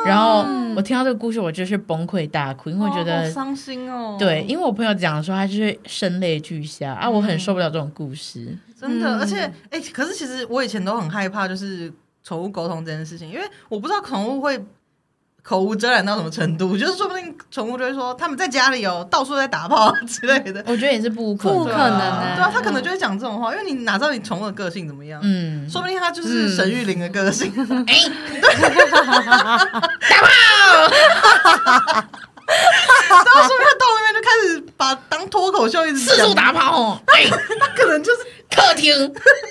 [SPEAKER 2] 然后我听到这个故事，我就是崩溃大哭，因为我觉
[SPEAKER 1] 哦
[SPEAKER 2] 得
[SPEAKER 1] 好伤心哦，
[SPEAKER 2] 对，因为我朋友讲说，他就是声泪俱下啊，我很
[SPEAKER 1] 嗯
[SPEAKER 2] 受不了这种故事。
[SPEAKER 1] 真的，
[SPEAKER 3] 嗯
[SPEAKER 1] 而且哎、欸可是其实我以前都很害怕，就是宠物沟通这件事情，因为我不知道宠物会口无遮拦到什么程度， 就是说不定宠物就会说他们在家里哦，到处在打炮之类的，
[SPEAKER 2] 我觉得也是不可
[SPEAKER 3] 不
[SPEAKER 2] 的
[SPEAKER 1] 对啊
[SPEAKER 3] 可能欸
[SPEAKER 1] 对啊，它可能就会讲这种话，因为你哪知道你宠物的个性怎么样？
[SPEAKER 2] 嗯，
[SPEAKER 1] 说不定它就是沈玉玲的个性，
[SPEAKER 2] 哎，
[SPEAKER 1] 然后说不定它啊到那边就开始把当脱口秀一直
[SPEAKER 2] 四
[SPEAKER 1] 讲
[SPEAKER 2] 处，打炮哦，哎，
[SPEAKER 1] 它可能就是
[SPEAKER 2] 客厅、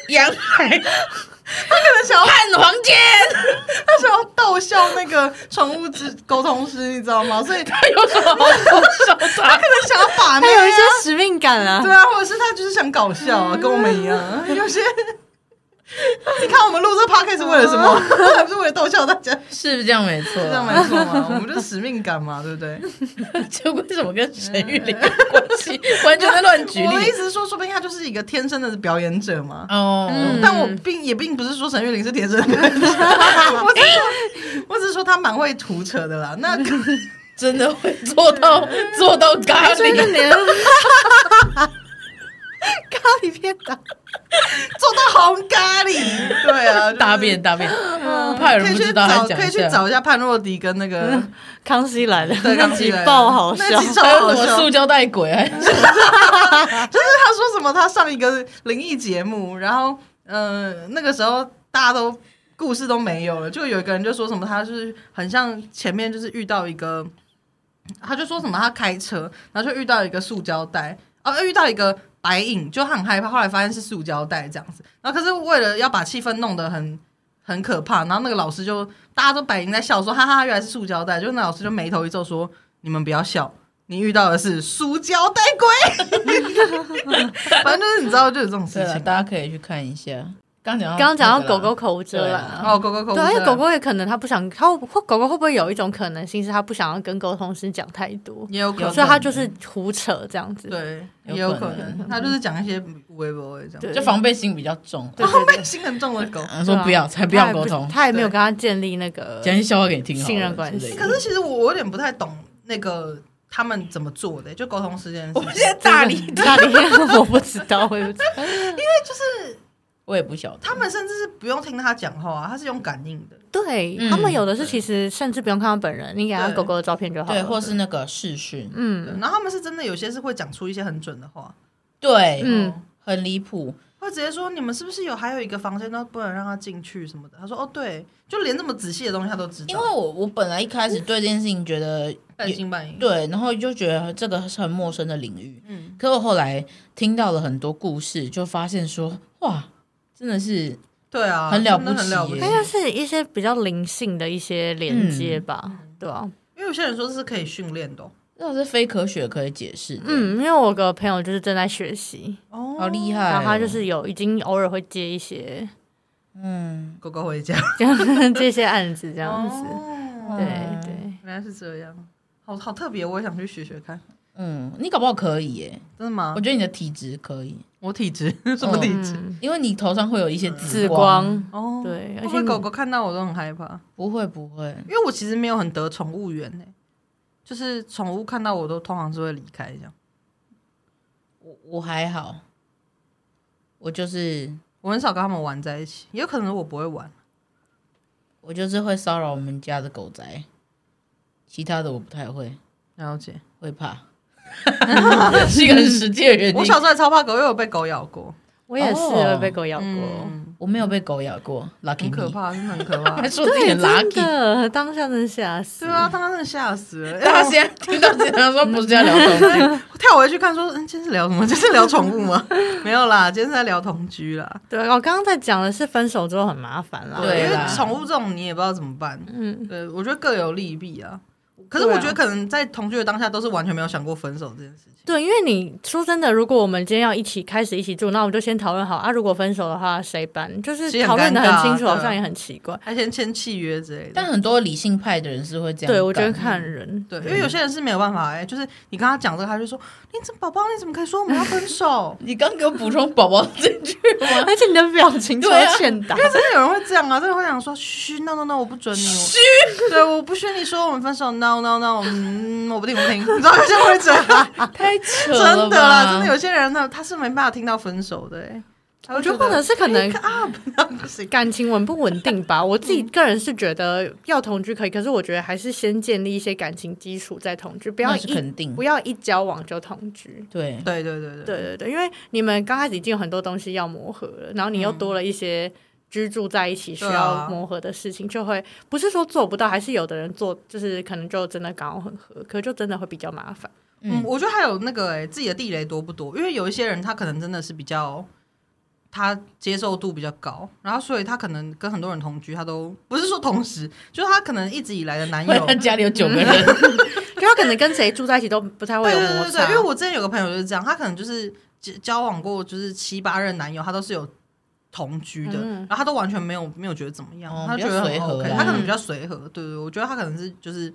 [SPEAKER 2] 阳台、
[SPEAKER 1] 它可能想要
[SPEAKER 2] 汉房间，
[SPEAKER 1] 它想要逗笑那个宠物之沟通师，你知道 吗？所以它
[SPEAKER 2] 有什么 好受伤的？啊
[SPEAKER 1] 可能想要把
[SPEAKER 3] 他
[SPEAKER 1] 妹
[SPEAKER 3] 有一
[SPEAKER 1] 啊
[SPEAKER 3] 些。使命感啊，
[SPEAKER 1] 对啊，或者是他就是想搞笑
[SPEAKER 2] 嗯
[SPEAKER 1] 啊，跟我们一样。有些 你看我们录这个 podcast 是
[SPEAKER 2] 嗯
[SPEAKER 1] 为了什么？ 还不是为了逗笑大家，是
[SPEAKER 2] 是这样没错，
[SPEAKER 1] 这样没错嘛？我们就是使命感嘛，对不对？
[SPEAKER 2] 这为什么跟沈玉玲有关系？完全在乱举
[SPEAKER 1] 我的意
[SPEAKER 2] 例
[SPEAKER 1] 思是说，说不定他就是一个天生的表演者嘛。
[SPEAKER 2] 哦。
[SPEAKER 3] 嗯
[SPEAKER 1] 但我并也并不是说沈玉玲是天生的表 演者，我只是说我只是说他蛮会胡扯的啦。那
[SPEAKER 2] 真的会做到做到
[SPEAKER 1] 哎
[SPEAKER 2] 咖
[SPEAKER 3] 所以是
[SPEAKER 2] 喱，
[SPEAKER 3] 你的咖喱片打，
[SPEAKER 1] 做到红咖喱，对啊，
[SPEAKER 2] 大便。大便，怕有
[SPEAKER 1] 可
[SPEAKER 2] 人
[SPEAKER 1] 以
[SPEAKER 2] 不
[SPEAKER 1] 去
[SPEAKER 2] 知道
[SPEAKER 1] 找，
[SPEAKER 2] 还讲
[SPEAKER 1] 嗯可以
[SPEAKER 2] 一
[SPEAKER 1] 去
[SPEAKER 2] 下。
[SPEAKER 1] 找一下潘若迪跟那 个
[SPEAKER 3] 康熙来了，
[SPEAKER 1] 对
[SPEAKER 3] 那
[SPEAKER 1] 康熙
[SPEAKER 3] 集
[SPEAKER 1] 来了
[SPEAKER 3] 爆好笑，啊
[SPEAKER 1] 那集超
[SPEAKER 2] 还有
[SPEAKER 1] 好
[SPEAKER 2] 什么
[SPEAKER 1] 笑
[SPEAKER 2] 塑胶袋鬼？啊还是
[SPEAKER 1] 就是他说什么，他上一个灵异节目，然后呃那个时候大家都故事都没有了，就有一个人就说什么，他是很像前面就是遇到一个，他就说什么他开车，然后就遇到一个塑胶袋，哦、遇到一个。白影就他很害怕，后来发现是塑胶袋这样子。然后可是为了要把气氛弄得很 很可怕，然后那个老师就大家都白影在笑说哈哈，原来是塑胶袋。就那老师就眉头一皱说：“你们不要笑，你遇到的是塑胶袋鬼。” 反正就是你知道，就有这种事
[SPEAKER 2] 对啊了，
[SPEAKER 1] 情。
[SPEAKER 2] 大家可以去看一下。刚讲到
[SPEAKER 3] 刚刚讲到
[SPEAKER 2] 那
[SPEAKER 3] 狗
[SPEAKER 2] 个啦
[SPEAKER 3] 狗，口无遮
[SPEAKER 2] 对
[SPEAKER 3] 拦
[SPEAKER 2] 啊
[SPEAKER 3] 啊。
[SPEAKER 1] 哦，狗狗口误
[SPEAKER 3] 对，而且
[SPEAKER 1] 对
[SPEAKER 3] 狗狗也可能它不想，它会或狗狗会不会有一种可能性是它不想要跟沟通师讲太多，
[SPEAKER 1] 也有可
[SPEAKER 2] 有
[SPEAKER 1] 能，
[SPEAKER 3] 所以它就是胡扯这样子。
[SPEAKER 1] 对，
[SPEAKER 2] 有
[SPEAKER 1] 也有
[SPEAKER 2] 可
[SPEAKER 1] 可
[SPEAKER 2] 能
[SPEAKER 1] 能，它就是讲一些微博这样。
[SPEAKER 3] 嗯对
[SPEAKER 2] 就防备心比较重。
[SPEAKER 3] 对啊
[SPEAKER 1] 后
[SPEAKER 3] 对
[SPEAKER 1] 背
[SPEAKER 3] 对，
[SPEAKER 1] 心很重的狗。
[SPEAKER 2] 嗯，说不要，才不要沟通，
[SPEAKER 3] 他也没有
[SPEAKER 1] 对
[SPEAKER 3] 跟他建立那个
[SPEAKER 2] 讲一些笑话给你听好了，
[SPEAKER 3] 啊信任关系
[SPEAKER 2] 之类的
[SPEAKER 1] 可是其实我我有点不太懂那个他们怎么做的，就沟通事件。
[SPEAKER 2] 我们现在大力，
[SPEAKER 3] 大力，我不知道，我也不知道。
[SPEAKER 2] 我也不晓得。
[SPEAKER 1] 他们甚至是不用听他讲话，他是用感应的。
[SPEAKER 3] 对、
[SPEAKER 2] 嗯
[SPEAKER 3] 他们有的是其实甚至不用看到本人，你给他
[SPEAKER 1] 对
[SPEAKER 3] 狗狗的照片就好了。
[SPEAKER 2] 对，或是那个视讯，
[SPEAKER 1] 对
[SPEAKER 3] 嗯，
[SPEAKER 1] 然后他们是真的有些是会讲出一些很准的话，
[SPEAKER 2] 对，
[SPEAKER 3] 嗯
[SPEAKER 1] 哦，
[SPEAKER 2] 很离谱。
[SPEAKER 1] 会会直接说你们是不是有还有一个房间都不能让他进去什么的？他说哦对，就连这么仔细的东西他都知道，
[SPEAKER 2] 因为我我本来一开始对这件事情觉得
[SPEAKER 1] 半信半疑。
[SPEAKER 2] 对，然后就觉得这个是很陌生的领域。
[SPEAKER 1] 嗯，
[SPEAKER 2] 可我后来听到了很多故事，就发现说，哇，真的是
[SPEAKER 1] 对啊，
[SPEAKER 2] 很了不
[SPEAKER 1] 真的很
[SPEAKER 2] 起
[SPEAKER 1] 了不
[SPEAKER 2] 耶
[SPEAKER 1] 起
[SPEAKER 3] 它。就是一些比较灵性的一些连接吧，对啊，
[SPEAKER 1] 因为有些人说这是可以训练的哦，
[SPEAKER 2] 这种是非科学可以解释的，
[SPEAKER 3] 嗯，因为我有个朋友就是正在学习，
[SPEAKER 1] 哦
[SPEAKER 2] 好厉害、哦。
[SPEAKER 3] 然后他就是有已经偶尔会接一些
[SPEAKER 2] 嗯，
[SPEAKER 1] 狗狗回家
[SPEAKER 3] 这些案子这样子，
[SPEAKER 1] 哦
[SPEAKER 3] 对
[SPEAKER 2] 嗯
[SPEAKER 3] 对，
[SPEAKER 1] 原来是这样，好好特别，我也想去学学看。
[SPEAKER 2] 嗯，你搞不好可以耶，
[SPEAKER 1] 真的吗
[SPEAKER 2] 我？觉得你的体质可以，
[SPEAKER 1] 我体质 什么体质？
[SPEAKER 3] 嗯，
[SPEAKER 2] 因为你头上会有一些
[SPEAKER 3] 紫
[SPEAKER 2] 光，
[SPEAKER 3] 光，
[SPEAKER 1] 哦，
[SPEAKER 3] 对
[SPEAKER 1] 会
[SPEAKER 3] 而
[SPEAKER 1] 不
[SPEAKER 3] 且
[SPEAKER 1] 会
[SPEAKER 3] 你
[SPEAKER 1] 狗狗看到我都很害怕？
[SPEAKER 2] 不会不会，
[SPEAKER 1] 因为我其实没有很得宠物缘呢、就是宠物看到我都通常是会离开这样。
[SPEAKER 2] 我我还好，我就是
[SPEAKER 1] 我很少跟他们玩在一起，也有可能我不会玩。
[SPEAKER 2] 我就是会骚扰我们家的狗仔，其他的我不太会，
[SPEAKER 1] 了解。
[SPEAKER 2] 会怕， 是一个很实际的原因。
[SPEAKER 1] 我小时候还超怕狗，因为我被狗咬过，
[SPEAKER 3] 我也是
[SPEAKER 2] 哦
[SPEAKER 3] 有被狗咬过，
[SPEAKER 1] 嗯，
[SPEAKER 2] 我没有被狗咬过，lucky
[SPEAKER 1] 很可
[SPEAKER 2] me，
[SPEAKER 1] 怕，真的很可 怕
[SPEAKER 2] 还。说自己很
[SPEAKER 3] 哎真
[SPEAKER 2] lucky。
[SPEAKER 3] 的当下真的吓死，
[SPEAKER 1] 对啊，他真的吓死 了。
[SPEAKER 2] 大
[SPEAKER 1] 哎
[SPEAKER 2] 家现在听到这样说，不是在聊东西，
[SPEAKER 1] 我跳回去看说，嗯，今天是聊什么？今天是聊宠物 吗？没有啦，今天是在聊同居啦。
[SPEAKER 3] 对，我哦刚刚在讲的是分手之后很麻烦啦，
[SPEAKER 2] 对
[SPEAKER 1] 因
[SPEAKER 2] 啦
[SPEAKER 1] 为宠物这种你也不知道怎么办。
[SPEAKER 3] 嗯，
[SPEAKER 1] 对，我觉得各有利弊啊。可是
[SPEAKER 3] 对啊
[SPEAKER 1] 我觉得可能在同居的当下都是完全没有想过分手这件事情。
[SPEAKER 3] 对，因为你说真的，如果我们今天要一起开始一起住，那我们就先讨论好啊。如果分手的话，谁搬？就是
[SPEAKER 1] 其实很
[SPEAKER 3] 讨论的
[SPEAKER 1] 尴尬
[SPEAKER 3] 很清楚，
[SPEAKER 1] 对啊
[SPEAKER 3] 好像也很奇怪。
[SPEAKER 1] 还先签契约之类的
[SPEAKER 2] 但。很多理性派的人是会这样。
[SPEAKER 3] 嗯对，我觉得，看人，
[SPEAKER 1] 对，因为有些人是没有办法哎、就是你跟他讲这个，他就说：“你怎么宝宝，你怎么可以说我们要分手
[SPEAKER 2] 你刚给我补充宝宝这 句，
[SPEAKER 3] 而且你的表情超
[SPEAKER 2] 对啊
[SPEAKER 3] 欠打？”。
[SPEAKER 1] 因为真的有人会这啊样啊，真的会想说：“嘘，no no no，我不准你，嘘，对，我不许你说我们分手，no no no，嗯，我不听不听。”你 知道有些人会这样，啊
[SPEAKER 2] 太扯了
[SPEAKER 1] 真的
[SPEAKER 2] 吧
[SPEAKER 1] 啦，真的有些人呢，他是没办法听到分手的哎、他
[SPEAKER 3] 我
[SPEAKER 1] 会
[SPEAKER 3] 觉得或者是可能
[SPEAKER 1] up，不行，
[SPEAKER 3] 感情稳不稳 定吧。我自己个人是觉得要同居可以，可是我觉得还是先建立一些感情基础再同居，不要
[SPEAKER 2] 那是
[SPEAKER 3] 一
[SPEAKER 2] 肯定
[SPEAKER 3] 不。要一交往就同居。
[SPEAKER 2] 对，
[SPEAKER 1] 对对对对
[SPEAKER 3] 对对对，因为你们刚开始已经有很多东西要磨合了，然后你又多了一些居住在一起需
[SPEAKER 1] 对
[SPEAKER 3] 要
[SPEAKER 1] 啊
[SPEAKER 3] 磨合的事情，就会不是说做不到，还是有的人做，就是可能就真的刚好很合，可就真的会比较麻烦。
[SPEAKER 1] 嗯，
[SPEAKER 2] 嗯，
[SPEAKER 1] 我觉得还有那个哎、自己的地雷多不多？因为有一些人他可能真的是比较，他接受度比较高，然后所以他可能跟很多人同居，他都不是说同时， 就是他可能一直以来的男
[SPEAKER 2] 因为
[SPEAKER 1] 友
[SPEAKER 2] 他。家里有九个人，
[SPEAKER 3] 就他可能跟谁住在一起都不太会
[SPEAKER 1] 对
[SPEAKER 3] 有
[SPEAKER 1] 对
[SPEAKER 3] 摩
[SPEAKER 1] 对对，
[SPEAKER 3] 擦，
[SPEAKER 1] 因为我之前有个朋友就是这样，他可能就是交交往过就是七八任男友，他都是有同居的，
[SPEAKER 3] 嗯
[SPEAKER 1] 然后他都完全没有没有觉得怎么样，
[SPEAKER 2] 哦
[SPEAKER 1] 他
[SPEAKER 2] 比
[SPEAKER 1] 觉
[SPEAKER 2] 较
[SPEAKER 1] 得很
[SPEAKER 2] 随和
[SPEAKER 1] OK，
[SPEAKER 2] 啦
[SPEAKER 1] 他可能比较随和。对对，我觉得他可能是就是。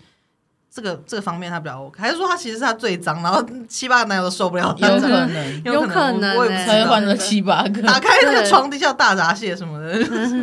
[SPEAKER 1] 这个这个方面他比较 OK，还是说他其实是他最脏，然后七八个男友都受不了他
[SPEAKER 2] 有
[SPEAKER 1] 这样
[SPEAKER 2] 可能
[SPEAKER 1] 有可
[SPEAKER 3] 有可嗯能
[SPEAKER 1] 我我也
[SPEAKER 3] 欸
[SPEAKER 1] 不
[SPEAKER 2] 才
[SPEAKER 1] 知
[SPEAKER 2] 会
[SPEAKER 1] 道
[SPEAKER 2] 换。了七八 个。
[SPEAKER 1] 打开那个床底下大闸蟹什么的，
[SPEAKER 3] 嗯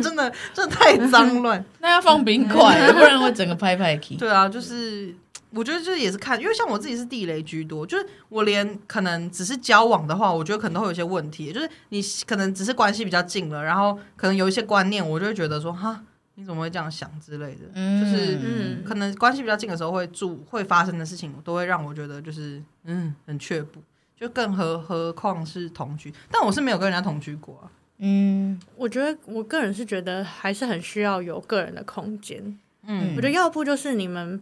[SPEAKER 1] 真的真的太脏 乱。
[SPEAKER 2] 那要放冰块，不然会整个拍拍 k
[SPEAKER 1] 对啊，就是我觉得就是也是看，因为像我自己是地雷居多，就是我连可能只是交往的话，我觉得可能会有一些问题，就是你可能只是关系比较近了，然后可能有一些观念，我就会觉得说哈，你怎么会这样想之类的，
[SPEAKER 2] 嗯
[SPEAKER 1] 就是
[SPEAKER 3] 嗯
[SPEAKER 1] 可能关系比较近的时候会住会发生的事情，都会让我觉得就是嗯很却步，就更何何况是同居，但我是没有跟人家同居过、啊。
[SPEAKER 2] 嗯
[SPEAKER 3] 我觉得我个人是觉得还是很需要有个人的空间。
[SPEAKER 1] 嗯
[SPEAKER 3] 我觉得要不就是你们，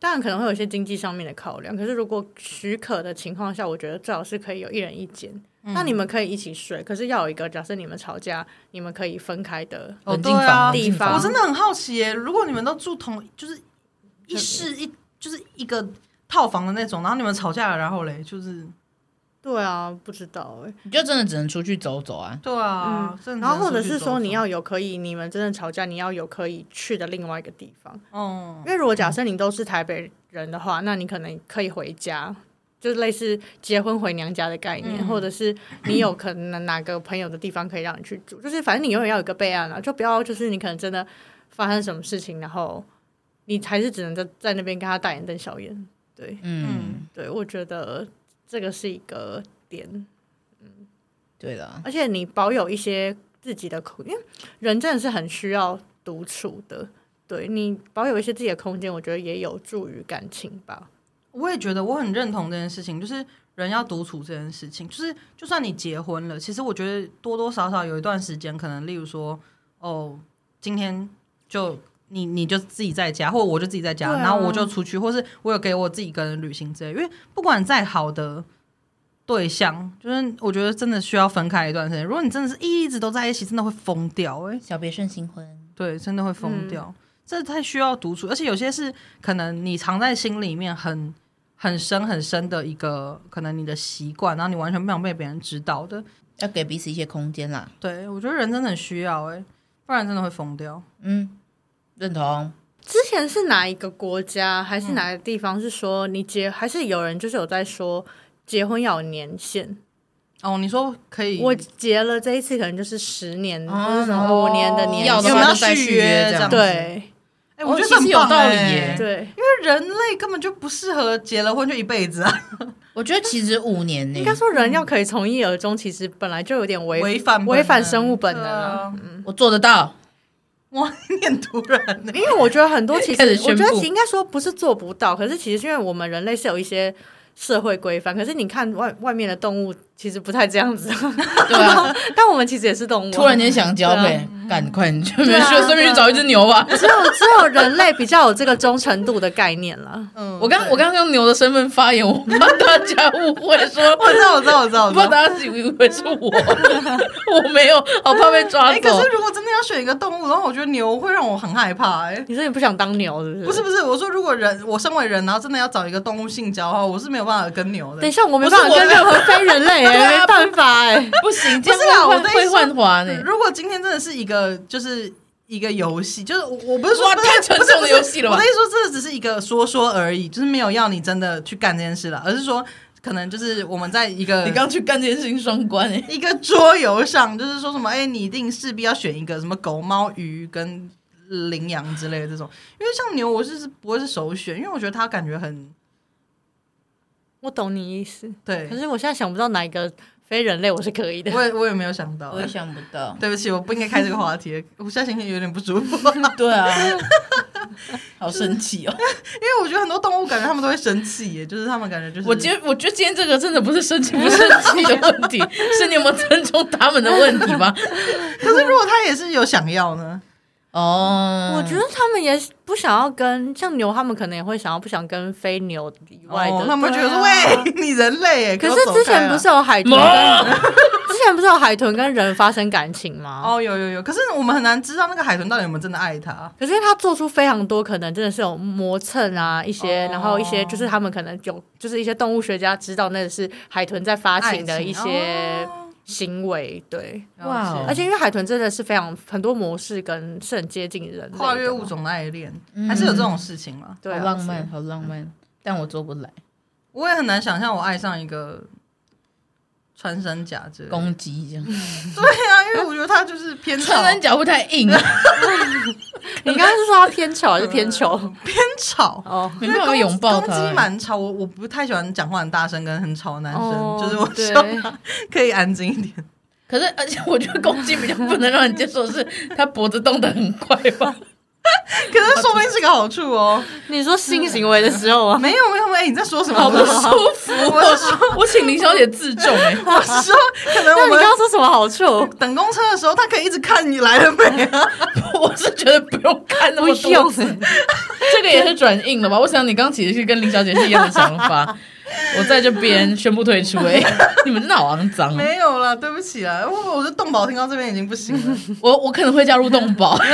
[SPEAKER 3] 当然可能会有一些经济上面的考量，可是如果许可的情况下，我觉得最好是可以有一人一间。那你们可以一起睡，可是要有一个，假设你们吵架，你们可以分开的。
[SPEAKER 1] 哦
[SPEAKER 2] 冷静
[SPEAKER 1] 对啊
[SPEAKER 2] 房
[SPEAKER 3] 地方
[SPEAKER 1] 我真的很好奇耶，如果你们都住同就是一室一就是一个套房的那种，然后你们吵架了，然后嘞就是
[SPEAKER 3] 对啊，不知道哎、
[SPEAKER 2] 你就真的只能出去走走啊。
[SPEAKER 1] 对啊，真的
[SPEAKER 3] 嗯然后或
[SPEAKER 1] 只
[SPEAKER 3] 者
[SPEAKER 1] 能出去
[SPEAKER 3] 是
[SPEAKER 1] 走走
[SPEAKER 3] 说你要有可以，你们真的吵架，你要有可以去的另外一个地方。
[SPEAKER 1] 嗯
[SPEAKER 3] 因为如果假设你都是台北人的话，那你可能可以回家，就是类似结婚回娘家的概念，
[SPEAKER 1] 嗯
[SPEAKER 3] 或者是你有可能哪个朋友的地方可以让你去住，就是反正你永远要有个备案了、就不要就是你可能真的发生什么事情，然后你还是只能在在那边跟他大眼瞪小眼。对
[SPEAKER 2] 嗯，
[SPEAKER 1] 嗯
[SPEAKER 3] 对，我觉得这个是一个点，
[SPEAKER 2] 对的，
[SPEAKER 3] 而且你保有一些自己的空，因为人真的是很需要独处的。对你保有一些自己的空间，我觉得也有助于感情吧。
[SPEAKER 1] 我也觉得我很认同这件事情，就是人要独处这件事情，就是就算你结婚了，其实我觉得多多少少有一段时间，可能例如说，哦，今天就你你就自己在家，或者我就自己在家，
[SPEAKER 3] 对啊
[SPEAKER 1] 然后我就出去，或是我有给我自己一个人旅行之类，因为不管再好的。对象就是，我觉得真的需要分开一段时间。如果你真的是一直都在一起，真的会疯掉哎、欸
[SPEAKER 2] 小别胜新婚，
[SPEAKER 1] 对，真的会疯
[SPEAKER 3] 嗯
[SPEAKER 1] 掉。这太需要独处，而且有些是可能你藏在心里面很很深很深的一个，可能你的习惯，然后你完全不想被别人知道的。
[SPEAKER 2] 要给彼此一些空间啦。
[SPEAKER 1] 对我觉得人真的很需要哎、不然真的会疯掉。
[SPEAKER 2] 嗯，认同。
[SPEAKER 3] 之前是哪一个国家还
[SPEAKER 2] 嗯
[SPEAKER 3] 是哪个地方是说你结还是有人就是有在说结婚要有年限？
[SPEAKER 1] 哦，你说可以？
[SPEAKER 3] 我结了这一次可能就是十年
[SPEAKER 2] 哦
[SPEAKER 3] 或者什么五年的年
[SPEAKER 2] 要的
[SPEAKER 1] 有没
[SPEAKER 2] 话
[SPEAKER 1] 有
[SPEAKER 2] 就嗯再
[SPEAKER 1] 续
[SPEAKER 2] 续
[SPEAKER 1] 约
[SPEAKER 2] 约
[SPEAKER 1] 这样
[SPEAKER 2] 样
[SPEAKER 1] 子
[SPEAKER 2] 子。
[SPEAKER 3] 对
[SPEAKER 1] 哎、
[SPEAKER 2] 哦
[SPEAKER 1] 我觉
[SPEAKER 2] 其
[SPEAKER 1] 得
[SPEAKER 2] 实
[SPEAKER 1] 很
[SPEAKER 2] 有
[SPEAKER 1] 棒
[SPEAKER 2] 道理
[SPEAKER 1] 欸
[SPEAKER 2] 耶
[SPEAKER 3] 对，
[SPEAKER 1] 因为人类根本就不适合结了婚就一辈子啊，
[SPEAKER 2] 我觉得其实五年呢、
[SPEAKER 3] 应该说人要可以从一而终，其实本来就有点违
[SPEAKER 1] 违反
[SPEAKER 3] 违反生物本能
[SPEAKER 1] 啊
[SPEAKER 3] 啊。！
[SPEAKER 2] 我做得到。
[SPEAKER 1] 念突然的，
[SPEAKER 3] 因为我觉得很多其实
[SPEAKER 2] 开始，宣
[SPEAKER 3] 我
[SPEAKER 2] 布
[SPEAKER 3] 觉得其实应该说不是做不到，可是其实是因为我们人类是有一些社会规范，可是你看外外面的动物其实不太这样子，
[SPEAKER 2] 对啊，
[SPEAKER 3] 但我们其实也是动物啊、
[SPEAKER 2] 突然间想交配，赶快你就没
[SPEAKER 3] 对啊
[SPEAKER 2] 事，顺便去找一只牛吧。
[SPEAKER 3] 只有只有人类比较有这个忠诚度的概念了。
[SPEAKER 1] 嗯
[SPEAKER 2] 我刚我刚刚用牛的身份发言，我怕大家误会说，
[SPEAKER 1] 我知道，我知道，我知道，
[SPEAKER 2] 我
[SPEAKER 1] 我知
[SPEAKER 2] 怕
[SPEAKER 1] 道。
[SPEAKER 2] 大家以为是我， 我没有，好怕被抓
[SPEAKER 1] 哎、
[SPEAKER 2] 走
[SPEAKER 1] 可。是如果真的要选一个动物的话，我觉得牛会让我很害怕哎、
[SPEAKER 3] 你说你不想当牛是不是？
[SPEAKER 1] 不是，不是，我说如果人，我身为人，然后真的要找一个动物性交的话，我是没有办法跟牛的。
[SPEAKER 3] 等一下我没办法
[SPEAKER 2] 不是
[SPEAKER 3] 跟
[SPEAKER 2] 我
[SPEAKER 3] 任何非人类、
[SPEAKER 2] 对
[SPEAKER 3] 欸，
[SPEAKER 2] 啊
[SPEAKER 3] 没办法哎、
[SPEAKER 2] 不行，这
[SPEAKER 1] 不是啦
[SPEAKER 2] 样
[SPEAKER 1] 我
[SPEAKER 2] 会
[SPEAKER 1] 的
[SPEAKER 2] 换
[SPEAKER 1] 意思
[SPEAKER 2] 会
[SPEAKER 1] 是
[SPEAKER 2] 幻化呢。
[SPEAKER 1] 如果今天真的是一个，就是一个游戏，就是我我不是说
[SPEAKER 2] 哇，
[SPEAKER 1] 不是
[SPEAKER 2] 太沉重的游戏了
[SPEAKER 1] 我
[SPEAKER 2] 吧
[SPEAKER 1] 的意？思说，这只是一个说说而已，就是没有要你真的去干这件事了，而是说可能就是我们在一个
[SPEAKER 2] 你刚去干这件事情双关哎，
[SPEAKER 1] 一个桌游上，就是说什么，哎、你一定势必要选一个什么狗、猫、鱼跟羚羊之类的这种，因为像牛，我是不会是首选，因为我觉得它感觉很
[SPEAKER 3] 我懂你意思，
[SPEAKER 1] 对
[SPEAKER 3] 可，是我现在想不到哪一个非人类我是可以的。
[SPEAKER 1] 我也我也没有想到、哎
[SPEAKER 2] 我也想不 到。
[SPEAKER 1] 对不起，我不应该开这个话题，我现在心情有点不舒服，
[SPEAKER 2] 对 啊，好生气哦！
[SPEAKER 1] 因为我觉得很多动物感觉它们都会生气耶，就是它们感觉就是
[SPEAKER 2] 我今我觉得今天这个真的不是生气不生气的问 题，是你有没有尊重他们的问题吧？
[SPEAKER 1] 可是如果它也是有想要呢，
[SPEAKER 2] 哦，
[SPEAKER 3] 我觉得他们也不想要跟像牛，他们可能也会想要不想跟非牛以外的。
[SPEAKER 1] 哦，他们会觉得说、喂你人类耶，
[SPEAKER 3] 可
[SPEAKER 1] 给
[SPEAKER 3] 是
[SPEAKER 1] 我走
[SPEAKER 3] 之
[SPEAKER 1] 开啊
[SPEAKER 3] 前不是有海豚跟，
[SPEAKER 2] 妈，
[SPEAKER 3] 之前不是有海豚跟人发生感情吗？
[SPEAKER 1] 哦有有有，可是我们很难知道那个海豚到底有没有真的爱它。
[SPEAKER 3] 可是他做出非常多，可能真的是有磨蹭啊，一些，
[SPEAKER 1] 哦
[SPEAKER 3] 然后一些就是他们可能有，就是一些动物学家知道那是海豚在发
[SPEAKER 1] 爱哦
[SPEAKER 3] 情的一些行为，对。
[SPEAKER 2] 哇哦
[SPEAKER 3] 而且因为海豚真的是非常很多模式跟是很接近人类的
[SPEAKER 1] 跨越物种的爱恋，
[SPEAKER 2] 嗯
[SPEAKER 1] 还是有这种事情吗？
[SPEAKER 3] 对啊、
[SPEAKER 2] 好浪
[SPEAKER 3] 是
[SPEAKER 2] 漫，。好浪漫，但我做不来，
[SPEAKER 1] 我也很难想象我爱上一个穿山甲之类的。
[SPEAKER 2] 攻击这 样，
[SPEAKER 1] 对啊，因为我觉得它就是偏吵
[SPEAKER 2] 穿山甲会太硬，啊
[SPEAKER 3] 你刚刚是说它偏巧还是偏球？
[SPEAKER 1] 偏吵。
[SPEAKER 3] 哦，
[SPEAKER 2] 没办法拥抱
[SPEAKER 1] 啊攻击
[SPEAKER 2] 他。
[SPEAKER 1] 蛮吵，我我不太喜欢讲话很大声跟很吵的男生，
[SPEAKER 3] 哦
[SPEAKER 1] 就是我
[SPEAKER 3] 对
[SPEAKER 1] 希望他可以安静一点。
[SPEAKER 2] 可是，而且我觉得攻击比较不能让人接受的是，他脖子动得很快吧？
[SPEAKER 1] 可是说不定是个好处 哦。
[SPEAKER 3] 你说性行为的时候啊，
[SPEAKER 1] 没有没有没有，你在说什么？
[SPEAKER 2] 好不
[SPEAKER 1] 我说
[SPEAKER 2] 舒服哦！
[SPEAKER 1] 我
[SPEAKER 2] 我请林小姐自重哎、
[SPEAKER 1] 我 说，可能 我
[SPEAKER 3] 那你刚
[SPEAKER 1] 们
[SPEAKER 3] 刚说什么好 处？
[SPEAKER 1] 等公车的时候，他可以一直看你来了没啊？
[SPEAKER 2] 我是觉得不用看那
[SPEAKER 3] 不 欸
[SPEAKER 2] 么多
[SPEAKER 3] 用，
[SPEAKER 2] 这个也是转硬了吧？我想你刚其实是跟林小姐是一样的想法。我在这边宣布退出、欸， 你们真的好肮脏哦！
[SPEAKER 1] 没有啦，对不起啦，我我的动保听到这边已经不行了。
[SPEAKER 2] 我我可能会加入动保。
[SPEAKER 1] 没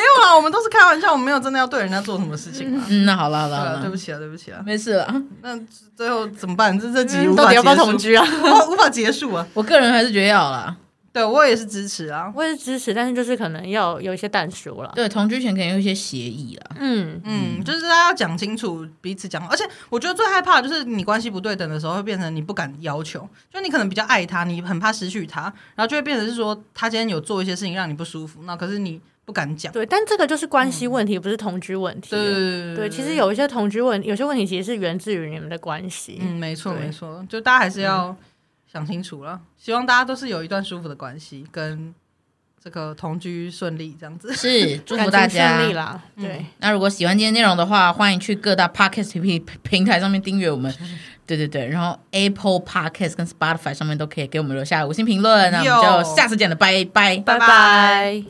[SPEAKER 1] 有啦，我们都是开玩笑，我们没有真的要对人家做什么事情啊。
[SPEAKER 2] 嗯，那好了好了
[SPEAKER 1] 对
[SPEAKER 2] 好
[SPEAKER 1] 啊，对
[SPEAKER 2] 了
[SPEAKER 1] 不，起啊，对不起啊。
[SPEAKER 2] 没事了。
[SPEAKER 1] 那最后怎么办？这这集无
[SPEAKER 3] 到
[SPEAKER 1] 法
[SPEAKER 3] 底
[SPEAKER 1] 结束，
[SPEAKER 3] 要不要同居啊？
[SPEAKER 1] 无无法结束啊！
[SPEAKER 2] 我个人还是觉得要啦。
[SPEAKER 1] 对我也是支持啊。
[SPEAKER 3] 我也是支持，但是就是可能要有一些淡熟了。
[SPEAKER 2] 对，同居前肯定有一些协议啦。
[SPEAKER 3] 嗯，
[SPEAKER 1] 嗯，就是大家要讲清楚彼此讲，而且我觉得最害怕的就是你关系不对等的时候，会变成你不敢要求，就你可能比较爱他，你很怕失去他，然后就会变成是说他今天有做一些事情让你不舒服，那可是你不敢讲。
[SPEAKER 3] 对，但这个就是关
[SPEAKER 2] 嗯
[SPEAKER 3] 系问题，不是同居问题。
[SPEAKER 1] 对对对
[SPEAKER 3] 对，其实，有一些同居问，有些问题其实是源自于你们的关系。
[SPEAKER 1] 嗯，没错
[SPEAKER 3] 对
[SPEAKER 1] 没错，就大家还是要想清楚了，希望大家都是有一段舒服的关系，跟这个同居顺利这样子。
[SPEAKER 2] 是祝
[SPEAKER 3] 感
[SPEAKER 2] 福
[SPEAKER 3] 情
[SPEAKER 2] 大家嗯
[SPEAKER 3] 顺利啦，对，
[SPEAKER 2] 那如果喜欢今天内容的话，欢迎去各大 podcast 平平台上面订阅我们。对对对，然后 Apple Podcast 跟 Spotify 上面都可以给我们留下五星评论。那我们
[SPEAKER 1] 有
[SPEAKER 2] 就下次见了，拜拜。
[SPEAKER 1] 拜拜。